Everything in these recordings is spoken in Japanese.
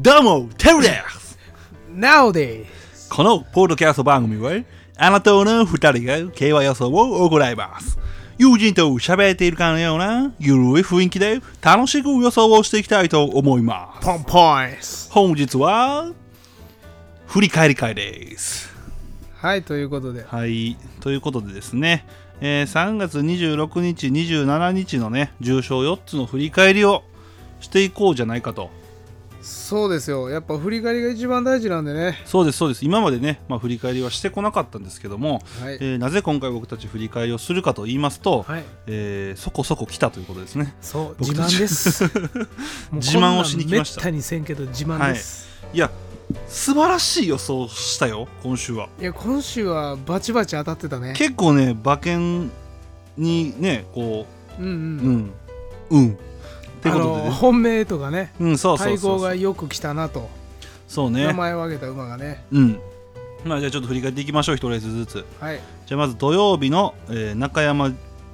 どうも、テルです Now です。このポードキャスト番組は、あなたの二人が競馬予想を行います。友人と喋っているかのような、ゆるい雰囲気で楽しく予想をしていきたいと思います。ポンポンス。本日は、振り返り会です。はい、ということで。はい、ということでですね、えー3月26日、27日のね、重賞4つの振り返りをしていこうじゃないかと。そうですよ。やっぱ振り返りが一番大事なんでね。そうです、そうです。今までね、まあ、振り返りはしてこなかったんですけども、はい。えーなぜ今回僕たち振り返りをするかと言いますと、はい。えーそこそこ来たということですね。そう、自僕たち 慢です。もうこんなん自慢をしに来ましためったにせんけど自慢です。いや、素晴らしい予想したよ、今週は。い、や、今週はバチバチ当たってたね。結構ね、馬券にね、こうんう。う、うんん、うん。ってあことでのね。本命とかね、うん、そうそう対そ抗うそがう。よく来たなと、そう名ね。前を挙げた馬がね。うん。まあ、じゃあちょっと振り返っていきましょう、一レースずつ。はい。じゃあまず土曜日の、えー中山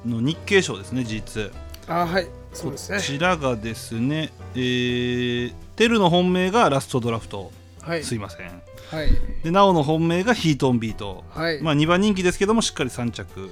の日経賞ですね、G2。あ、はい。そうこですね。ちらがですね、えー、テルの本命がラストドラフト。はい。すいません。はい。でなおの本命がヒートオンビート、はい。まあ、2番人気ですけどもしっかり3着、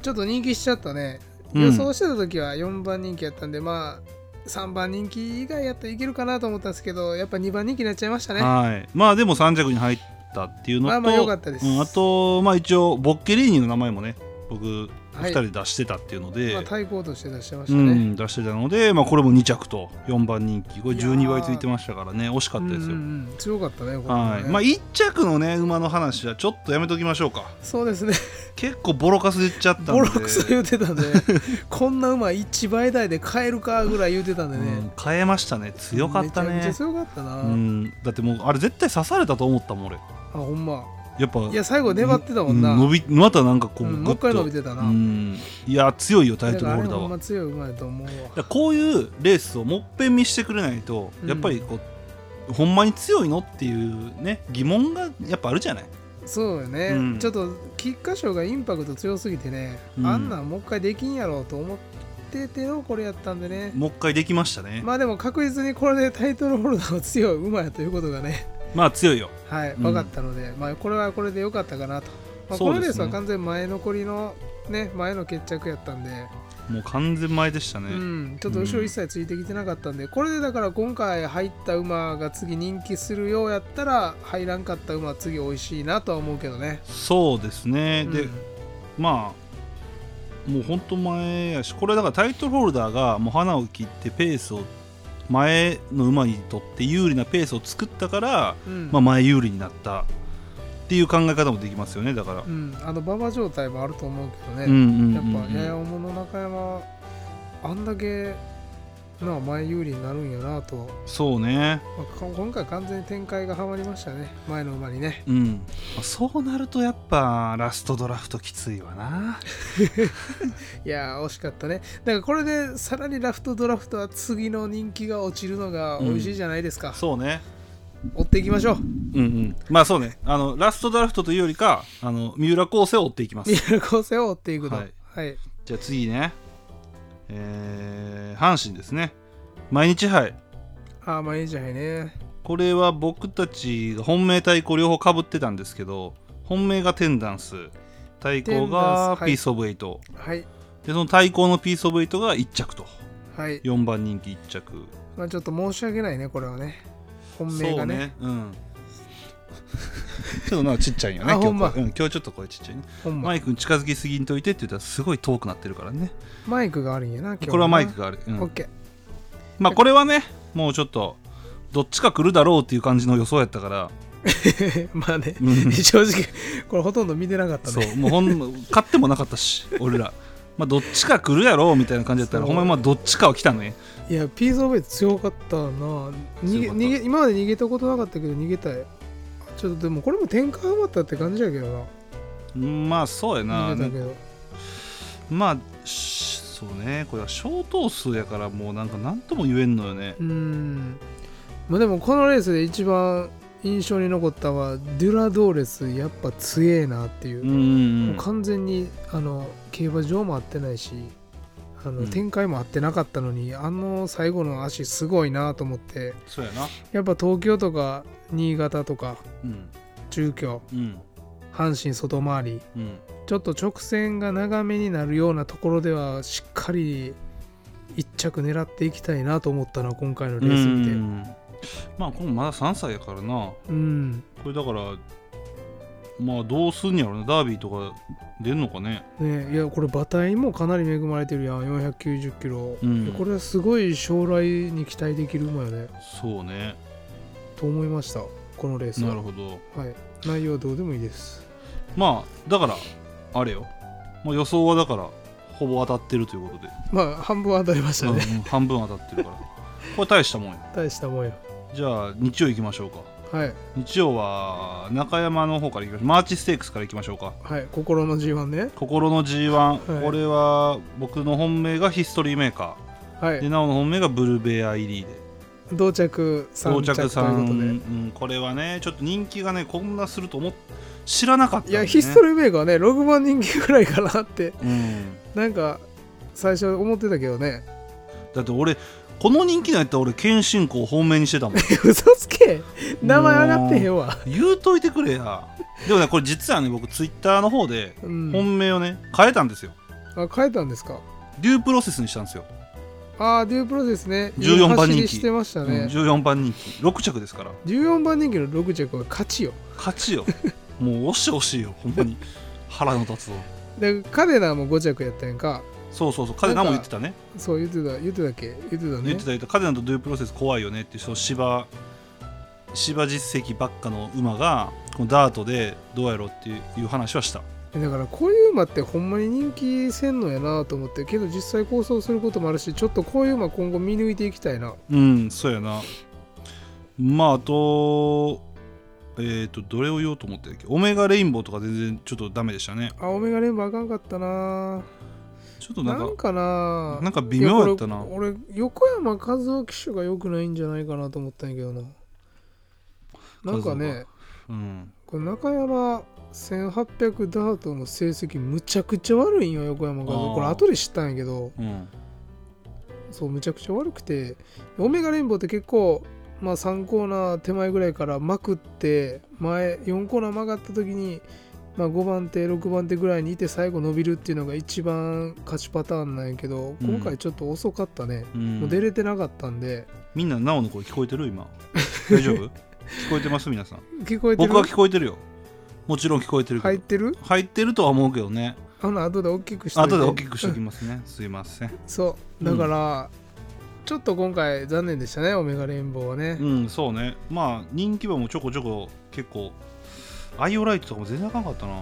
ちょっと人気しちゃったね。うん予想してた時は4番人気やったんで、まあ3番人気以外やったらいけるかなと思ったんですけどやっぱ2番人気になっちゃいましたねははいまあでも3着に入ったっていうのとまあまあ良かったですうんあと、まあ、一応ボッケリーニの名前もね僕2はい人出してたっていうので、い、まあ、対抗として出してましうたね、ん、出してたので、まあ、これも2着と4番人気これい12やー倍ついてましたからね惜しかうっんたですよ、うん強かったねこれははいねまあ、1着のね馬の話はちょっとやめときましょうかそうですね結構ボロカス言っちゃったんでボロクソ言うてたんでこんな馬1倍台で買えるかぐらい言うてたんでね、うん変えましたね強かっためちゃねめちゃ強かったな、うん、だってもうあれ絶対刺されたと思ったもん俺あほんまやっぱいや最後粘ってたもんな、う伸びまたなんかこう、うんグもッう一と回伸びてたな、うんいや強いよタイだトかルホらあれルダーほんはま強い馬やと思うわだからこういうレースをもっぺん見してくれないと、うんやっぱりこうほんまに強いのっていうね疑問がやっぱあるじゃないそうよね、うんちょっと菊花賞がインパクト強すぎてね、うんあんなんもう一回できんやろうと思っててのこれやったんでねもう一回できましたねままあでも確実にこれでタイトルホルダーの強い馬やということがねあ強いよはいうん分かったので、まあこれはこれで良かったかなと、まあ、そこうのレでーすスねは完全前残りのね前の決着やったんで、もう完全前でしたね、うんちょっと後ろ一切ついてきてなかったんで、これでだから今回入った馬が次人気するようやったら入らんかった馬は次美味しいなとは思うけどねそうですね、うでんまあもうほんと前やしこれだからタイトルホルダーがもう花を切ってペースを前の馬にとって有利なペースを作ったから、うんまあ、前有利になったっていう考え方もできますよねだから、うん、あの馬場状態もあると思うけどうんうんね、やうんっぱやや重の中山あんだけなあ前有利になるんやなと、まそうね、あこ今回完全に展開がはまりましたね前の馬にねうん、まあそうなるとやっぱラストドラフトきついわないやー惜しかったねだからこれでさらにラフトドラフトは次の人気が落ちるのが美味しいじゃないですか、そうね追っていきましょううんうんまあそうねあのラストドラフトというよりかあの三浦康生を追っていきます三浦構成を追っていくとははいい、じゃあ次ね、えー、阪神ですね。毎日杯。ああまあいいじゃないねこれは僕たちが本命対抗両方かぶってたんですけど、本命がテンダンス、対抗がテンダンスはいピースオブエイト。はいで、その対抗のピースオブエイトが1着と。はい、 4番人気1着。まあ、ちょっと申し訳ないねこれはね本命がね。うん。 ちょっとなちっちゃいよねあ今ほん日まこれ、うん、今日ちょっとこれちっちゃいね本ママイクに近づきすぎんといてって言ったらすごい遠くなってるからねマイクがあるんやな今日これはマイなクがある、うんオッケーまあこれはねもうちょっとどっちか来るだろうっていう感じの予想やったから、 まあね、うん正直これほとんど見てなかったそねうもうほん買ってもなかった し俺ら、まあ、どっちか来るやろうみたいな感じだったらそうほんまにまあどっちかは来たねいやピースオブエイト強かったな逃げ強かった逃げ今まで逃げたことなかったけど逃げたいちょっとでもこれも展開余ったって感じやけどうんまあそうやなな逃げたけどまあしそうねこれは小頭数やからもうなんか何とも言えんのよねうーんまあでもこのレースで一番印象に残ったのはデュラドーレスやっぱ強えなっていうう,、んうんうもうん完全にあの競馬場も合ってないしあの、うん展開も合ってなかったのにあの最後の足すごいなと思ってそうやなやっぱ東京とか新潟とかうん中京うん阪神外回りうんちょっと直線が長めになるようなところではしっかり一着狙っていきたいなと思ったな今回のレース見てうんまあ今度まだ3歳やからなうんこれだからまあどうすんやろなダービーとか出んのかねねいやこれ馬体もかなり恵まれてるやん490キロ、うんこれはすごい将来に期待できる馬よねそうねと思いましたこのレースはなるほどはい、内容どうでもいいですまあだからあれよ、まあ、予想はだからほぼ当たってるということで、まあ半分は当たりましたね、うんうん半分当たってるからこれ大したもんよ 大したもんよじゃあ日曜行きましょうかはい日曜は中山の方から行きましょうマーチステークスから行きましょうかはい心の G1 ね心の G1、はいこれは僕の本命がヒストリーメーカはーでいなおの本命がブルベア入りで同着3到着着とさいんうことでうん、これはねちょっと人気がねこんなすると思っ知らなかったんいだよやね、ヒストリーメーカーね6万人気ぐらいかなってうん、なんか最初思ってたけどね だって俺この人気なんやったら俺謙信公本命にしてたもん 嘘つけ名前上がってへんわ、言うといてくれやでもねこれ実はね僕ツイッターの方でうん、本命をね変えたんですよあ変えたんですかデュープロセスにしたんですよ、ああデュープロセスね14番人気いい走りしてましたうんね、 14番人気6着ですから14番人気の6着は勝ちよ勝ちよもう押してほしいよほんまに腹の立つぞでカデナも5着やったやんかそうそうそうカデナも言ってたねそう言ってた言ってたっけ言ってた言ねってた言ってたカデナとデュープロセス怖いよねっていうその芝芝実績ばっかの馬がこのダートでどうやろうっていう話はしただからこういう馬ってほんまに人気せんのやなと思ってけど実際構想することもあるしちょっとこういう馬今後見抜いていきたいなうんそうやなまああとえっ、とどれを言おうと思ってたっけオメガレインボーとか全然ちょっとダメでしたねあオメガレンバーあかんかったなちょっとななんかんかななんか微妙やったいなこれ俺横山和夫騎手が良くないんじゃないかなと思ったんやけどななんか和夫ねうんこれ中山1800ダートの成績むちゃくちゃ悪いんよ横山和あ夫ーこれ後で知ったんやけどうんそうむちゃくちゃ悪くてオメガレインボーって結構、まあ、3コーナー手前ぐらいからまくって前4コーナー曲がった時に、まあ、5番手6番手ぐらいにいて最後伸びるっていうのが一番勝ちパターンなんやけどうん今回ちょっと遅かったね、うんもう出れてなかったんでみんななおの声聞こえてる今大丈夫聞こえてます皆さん聞こえてる僕は聞こえてるよもちろん聞こえてるけど、入ってる入ってるとは思うけどねあの後で大きくして後で大きくしておきますねすいませんそうだから、ちょっと今回残念でしたねオメガレインボーはね、うんそうねまあ人気馬もちょこちょこ結構アイオライトとかも全然あかんかったな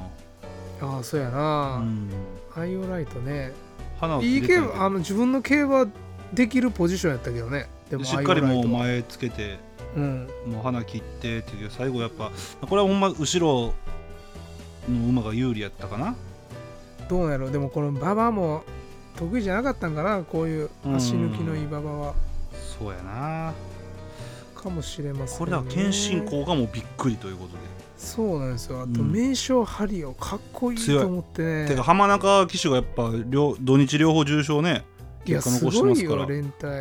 ああそうやうな、んアイオライトね花をい切いれ競てるけど馬あの自分の競馬できるポジションやったけどねでもしっかりもうう前つけてうんもう花切ってっていう最後やっぱこれはほんま後ろの馬が有利やったかなどうやろうでもこの馬場も得意じゃなかったんかなこういう足抜きのいい馬場はそうやなかもしれません、ね、これだから謙信公がもうびっくりということで、そうなんですよあとうん名称ハリオかっこいい強いと思ってねてか浜中騎手がやっぱ両土日両方重傷ねいや結す果残してごますいからよ連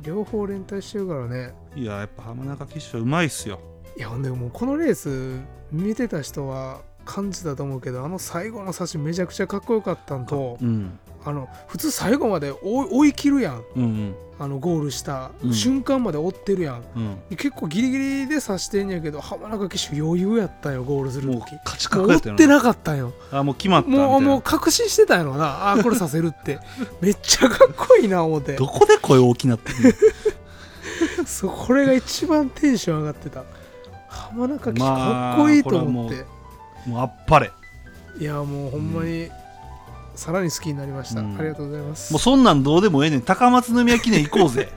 帯両方連帯してるからねいややっぱ浜中騎手はうまいっすよいやほんでもうこのレース見てた人は感じたと思うけどあの最後の差しめちゃくちゃかっこよかったんとうんあの普通最後まで追い追い切るやんうんうんあのゴールしたうん瞬間まで追ってるやん、うん結構ギリギリで刺してんやけど浜中騎手余裕やったんよゴールするもう時勝ちも確う追やっったよてなかったんよあもう決まったみたいもなうもう確信してたんやろなあーこれ刺せるって めっちゃかっこいいな思ってどこで声大きなってんのそうこれが一番テンション上がってた浜中騎手まあかっこいいと思っこれて、はもうあっぱれいやもうほんまに、さらに好きになりました、うんありがとうございますもうそんなんどうでもええねん高松宮記念行こうぜ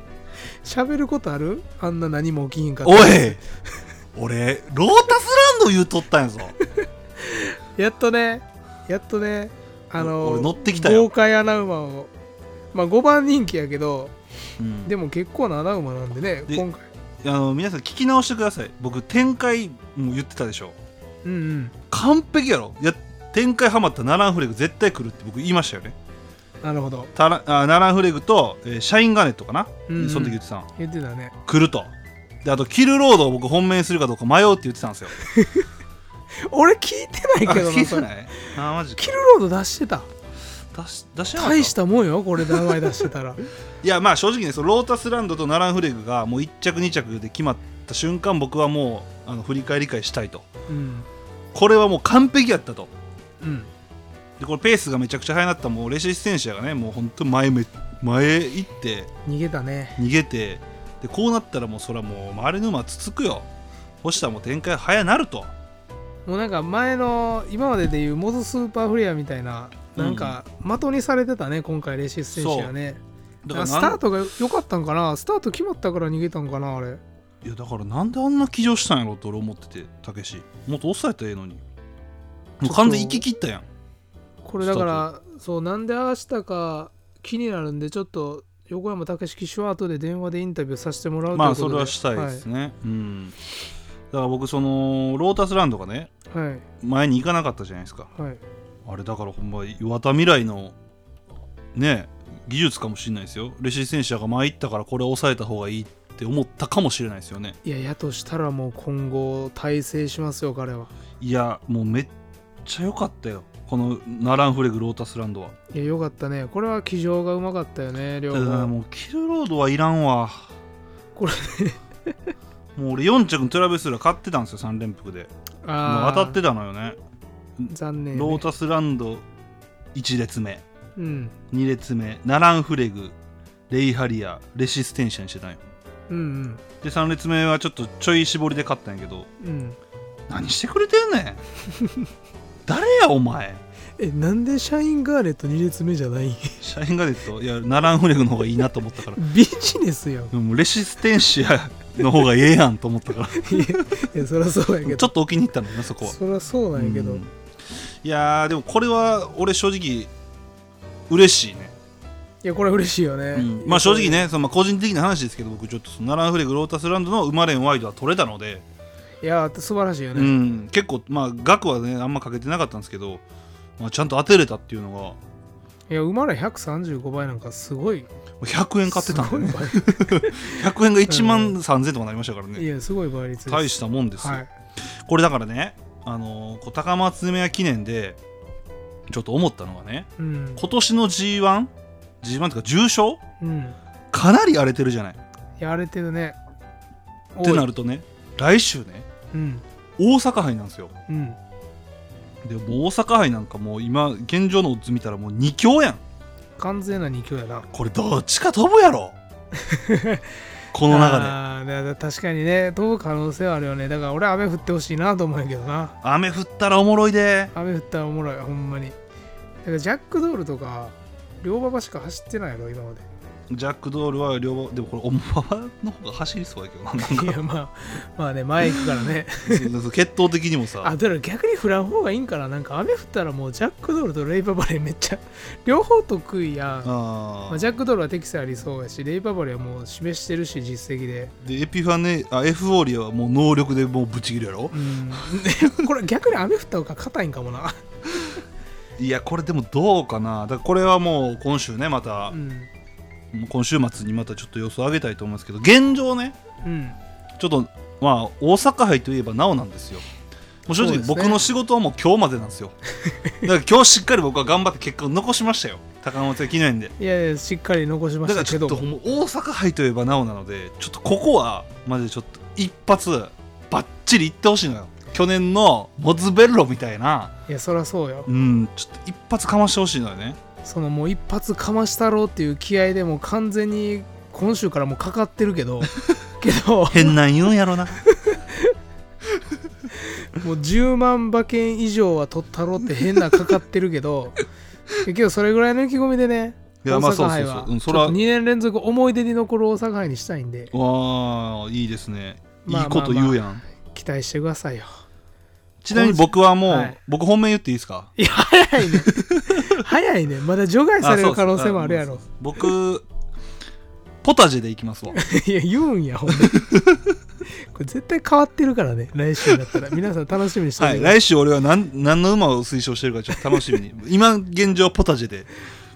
喋ることあるあんな何も起きひんかっ たおい俺ロータスランド言うとったんやぞやっとね、やっとね、あの俺乗ってきたよ豪快穴馬を、まあ、5番人気やけど、うんでも結構な穴馬なんでね、で今回。あの皆さん聞き直してください僕展開も言ってたでしょうんうん。完璧やろいや展開ハマったナランフレグ絶対来るって僕言いましたよねなるほどタラあナランフレグと、えーシャインガーネットかな、うんうんその時言ってたの言ってたね来るとであとキルロードを僕本命にするかどうか迷うって言ってたんですよ俺聞いて ないけどあな聞いてそれないあマジキルロード出してた出し出しなかった大したもんよこれ名前出してたらいやまあ正直ねそのロータスランドとナランフレグがもう1着2着で決まった瞬間僕はもうあの振り返り会したいとうんこれはもう完璧やったとうんでこれペースがめちゃくちゃ速なったもうレシステンシアがねもう本当前め前へ行って逃げたね逃げてでこうなったらもうそらもう周りの馬つつくよ星田も展開早なるともうなんか前の今まででいうモズスーパーフレアみたいななんか的にされてたね今回レシステンシアねだからスなんタートが良かったんかなスタート決まったから逃げたんかなあれいやだからなんであんな騎乗したんやろって俺思っててたけしもっと抑えたらええのにもう完全に行き切ったやんこれだからそうなんで明日か気になるんでちょっと横山武史騎手は後で電話でインタビューさせてもらうというまあことそでれはしたいですね、うんだから僕そのロータスランドがねはいはい前に行かなかったじゃないですかはいあれだからほんま岩田未来のね技術かもしれないですよレシステンシアが前行ったからこれ抑えた方がいいって思ったかもしれないですよねいややとしたらもう今後大成しますよ彼はいやもうめっちゃ良かったよこのナランフレグロータスランドはいやよかったねこれは騎乗がうまかったよね両だから方もうキルロードはいらんわこれ もう俺4着のトラベスラ買ってたんですよ3連複であー当たってたのよね残念ね、ロータスランド1列目うん2列目ナランフレグレイハリアレシステンシャにしてたんようんうんで3列目はちょっとちょい絞りで勝ったんやけどうん何してくれてんね ん誰やお前えなんでシャインガーネット2列目じゃない シャインガーデットいやナランフレグの方がいいなと思ったからビジネスやんいでもレシステンシアの方がええやんと思ったからちやそりゃそうやけどょっとお気に入ったのよねそこはそりゃそうなんやけど、うんいやーでもこれは俺正直嬉しいね、いやこれ嬉しいよね、うんまあ正直ねそのまあ個人的な話ですけど僕ちょっとそのナランフレグロータスランドの生まれんワイドは取れたので、いや素晴らしいようね、ん、結構まあ額はねあんまかけてなかったんですけど、まあ、ちゃんと当てれたっていうのいや生まれ135倍なんかすごいが100円買ってたんでねすごい100円が1万3000とかなりましたから倍いねやすごい倍率です大したもんですよ、はいこれだからね、あのーこう高松宮記念でちょっと思ったのがねうん、今年の G1G1 とか重賞うん、かなり荒れてるじゃないやれてるねってなるるとね来週ねうん大阪杯なんですようんでもう大阪杯なんかもう今現状のオッズ見たらもう2強やん完全な2強やなこれどっちか飛ぶや ろこの中であーだから確かにね飛ぶ可能性はあるよねだから俺雨降ってほしいなと思うんやけどな雨降ったらおもろいで雨降ったらおもろいほんまにだからジャックドールとか両馬場しか走ってないやろ今までジャック・ドールは両方でもこれオムパワの方が走りそうやけ どななんいかやまあまあね前行くからねそうそう血統的にもあさだから逆に振らん方がいいんかななんか雨降ったらもうジャックドールとレイババレーめっちゃ両方得意やんあまあ、ージャックドールは適性ありそうやしレイババレーはもう示してるし実績ででエピファネあエフフォーリアはもう能力でもうぶち切るやろうんこれ逆に雨降った方が硬いんかもないやこれでもどうかなだからこれはもう今週ねまたう、んもう今週末にまたちょっと予想上げたいと思いますけど現状ねうんちょっとまあ大阪杯といえばなおなんですよもう正そう直ですね僕の仕事はもう今日までなんですよだから今日しっかり僕は頑張って結果を残しましたよ高松記念でいやいやしっかり残しまだしかたらちけょっとどほんま大阪杯といえばなおなのでちょっとここはマジでちょっと一発バッチリいってほしいのよ去年のモズベッロみたいないやそらそうようんちょっと一発かましてほしいのよねそのもう一発かましたろうっていう気合でもう完全に今週からもうかかってる けどけど変なん言うんやろ なもう10万馬券以上は取ったろうって変なかかってる けどけどそれぐらいの意気込みでねいや大まあそ阪うそ杯うそうは、うん、それはちょっと2年連続思い出に残る大阪杯にしたいんでわあいいですねいまあいこと言うやん、期待してくださいよちなみに僕はもう、はい僕本命言っていいですかいや早 いね早いねまだ 除外される可能性もあるやろ僕ポタジェでいきますわいや言うんやほん まこれ絶対変わってるからね来週だったら皆さん楽しみにしておいはていくださ い来週俺は何何の馬を推奨してるかちょっと楽しみに今現状ポタジェで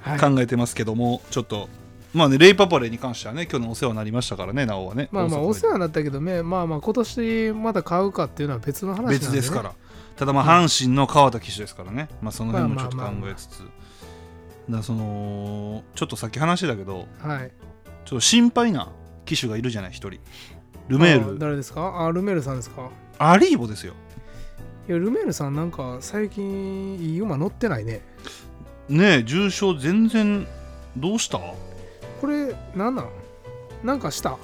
はい考えてますけども、ちょっとまあねレイパパレに関してはね去年お世話になりましたからねなおはねまあまあ大阪おで世話になったけどねまあまあ今年まだ買うかっていうのは別の話なんで、ね、別ですから、ただまあ阪神の川田騎手ですからね、まあ、その辺もちょっと考まあまあまあえつつ、だからそのちょっとさっき話してたけどはいちょっと心配な騎手がいるじゃない一人ルメあール誰ですかあルメールさんですかアリーボですよいやルメールさんなんか最近いい馬乗ってないねねえ重賞全然どうしたこれなんなんなんかした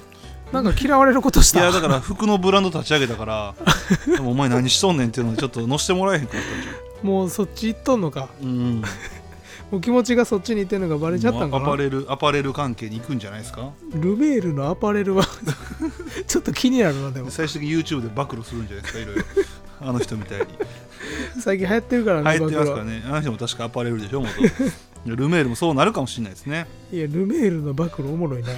なんか嫌われること しいたやだから服のブランド立ち上げたから でもお前何しとんねんっていうのでちょっと乗せてもらえへんかったんじもうそっち行っとんのかゃんうんもう気持ちがそっちに行ってんのがバレちゃったんかもうアパなレルアパレル関係に行くんじゃないですかルメールのアパレルは ちょっと気になるなでも最終的に YouTube で暴露するんじゃない ですかいろいろあの人みたいに最近流行ってるからね流行ってますから暴ねあの人も確かアパレルでしょ元ルメールもそうなるかもしれないですね露いやルメールの暴露おもろい な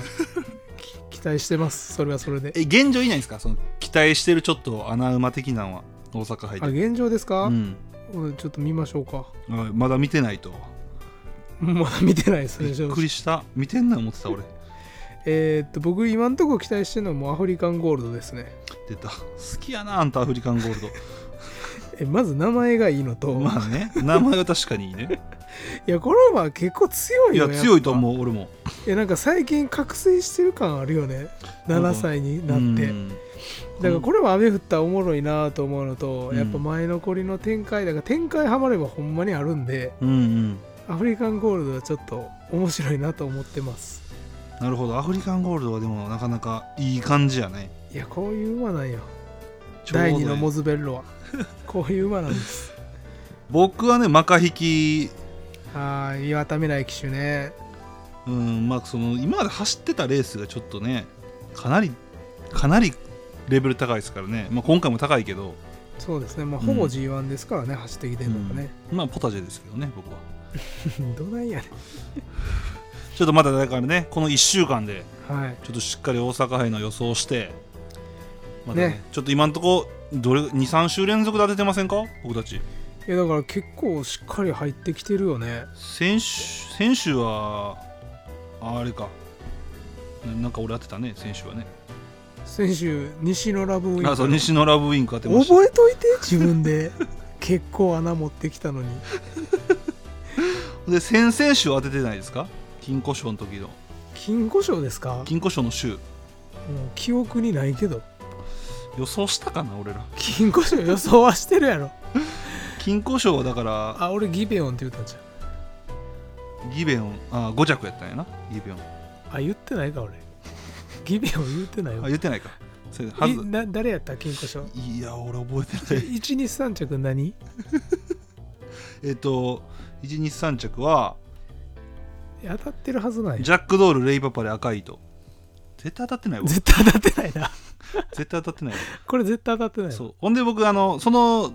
き期待してますそれはそれでえ現状いないんですかその期待してるちょっと穴馬的なのは大阪入っあて現状ですか、うんうんちょっと見ましょうか あまだ見てないとまだ見てないですびねっくりした見てんな思ってた俺えーっと僕今んとこ期待してるのはもうアフリカンゴールドですね出た好きやなあんたアフリカンゴールドえまず名前がいいのと、まあね名前は確かにいい ねいやこの馬結構強いいよや強いとう思う俺もいやなんか最近覚醒してる感あるよね7歳になうってんだからこれは雨降ったらおもろいなと思うのと、うんやっぱ前残りの展開だから展開ハマればほんまにあるんでうんうんアフリカンゴールドはちょっと面白いなと思ってますなるほどアフリカンゴールドはでもなかなかいい感じやねいやこういう馬なんよちょうど第ね2のモズベッロは こういう馬なんです僕はねマカ引きああ岩田未来騎手ねうんまあその今まで走ってたレースがちょっとねかなりかなりレベル高いですからね、まあ、今回も高いけどそうですねまあうんほぼ G1 ですからね、走ってきてるのがね、まあポタジェですけどね僕は どないやねちょっとまだだからねこの1週間でんはいちょっとしっかり大阪杯の予想をしてまだねねちょっと今のとこどれ23週連続で当ててませんか僕たちいやだから結構しっかり入ってきてるよね先週先週はああれかななんか俺当てたね先週はね先週西のラブウィンあそう西のラブウィンク当てました覚えといて自 分で結構穴持ってきたのにで先々週当ててないですか金庫賞の時の金庫賞ですかもう金庫賞の週記憶にないけど予想したかな俺ら金庫賞予想はしてるやろ金庫賞はだからあ俺ギベオンって言ったんじゃんギベオンあ5着やったんやなギベオンあ言ってないか俺ギベオン言ってないあよ言ってないかそれはずいな誰やった金庫賞いや俺覚えてない123着何えっと123着は当たってるはずないジャックドールレイパパレ赤い糸絶対当たってないわ絶対当たってないな絶対当たってないわこれ絶対当たってないわそうほんで僕あのその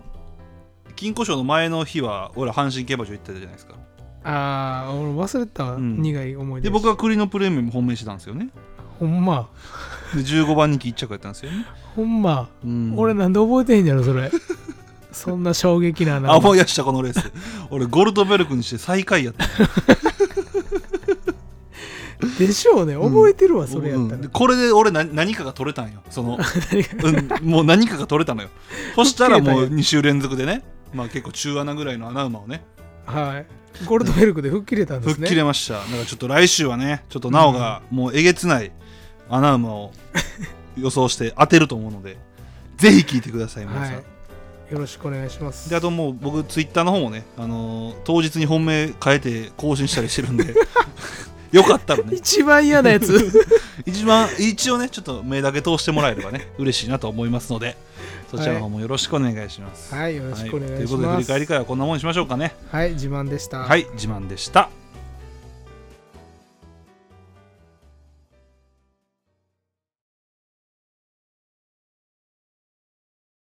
金庫賞の前の日は俺ら阪神競馬場行ってたじゃないですかああ俺忘れてたわ、うん苦い思い出で僕は栗のプレミアム本命してたんですよねほんまで15番人気1着やったんですよね、ほんまうん俺なんで覚えてへんやろそれ そんな衝撃ななあ思い出したこのレース俺ゴルトベルクにして最下位やったでしょうね覚えてるわ、 それやったうんら、でこれで俺な何かが取れたんよ その、うん、もう何かが取れたのよそしたらもう吹っ切れた2週連続でねまあ結構中穴ぐらいの穴馬をねはいゴールドベルクで吹っ切れたんで吹すっね切れましただからちょっと来週はねちょっとなおがもうえげつない穴馬を 予想して当てると思うのでぜひ聞いてください皆さん、はいよろしくお願いしますであともう僕ツイッターの方もね、あのー当日に本命変えて更新したりしてるん でよかったらね一番嫌なや つ一番一応ねちょっと目だけ通してもらえればね嬉しいなと思いますのでそちらの方もよろしくお願いします、はいよろしくお願いします、ということで振り返り会はこんなもんにしましょうかねはい自慢でしたはい自慢でした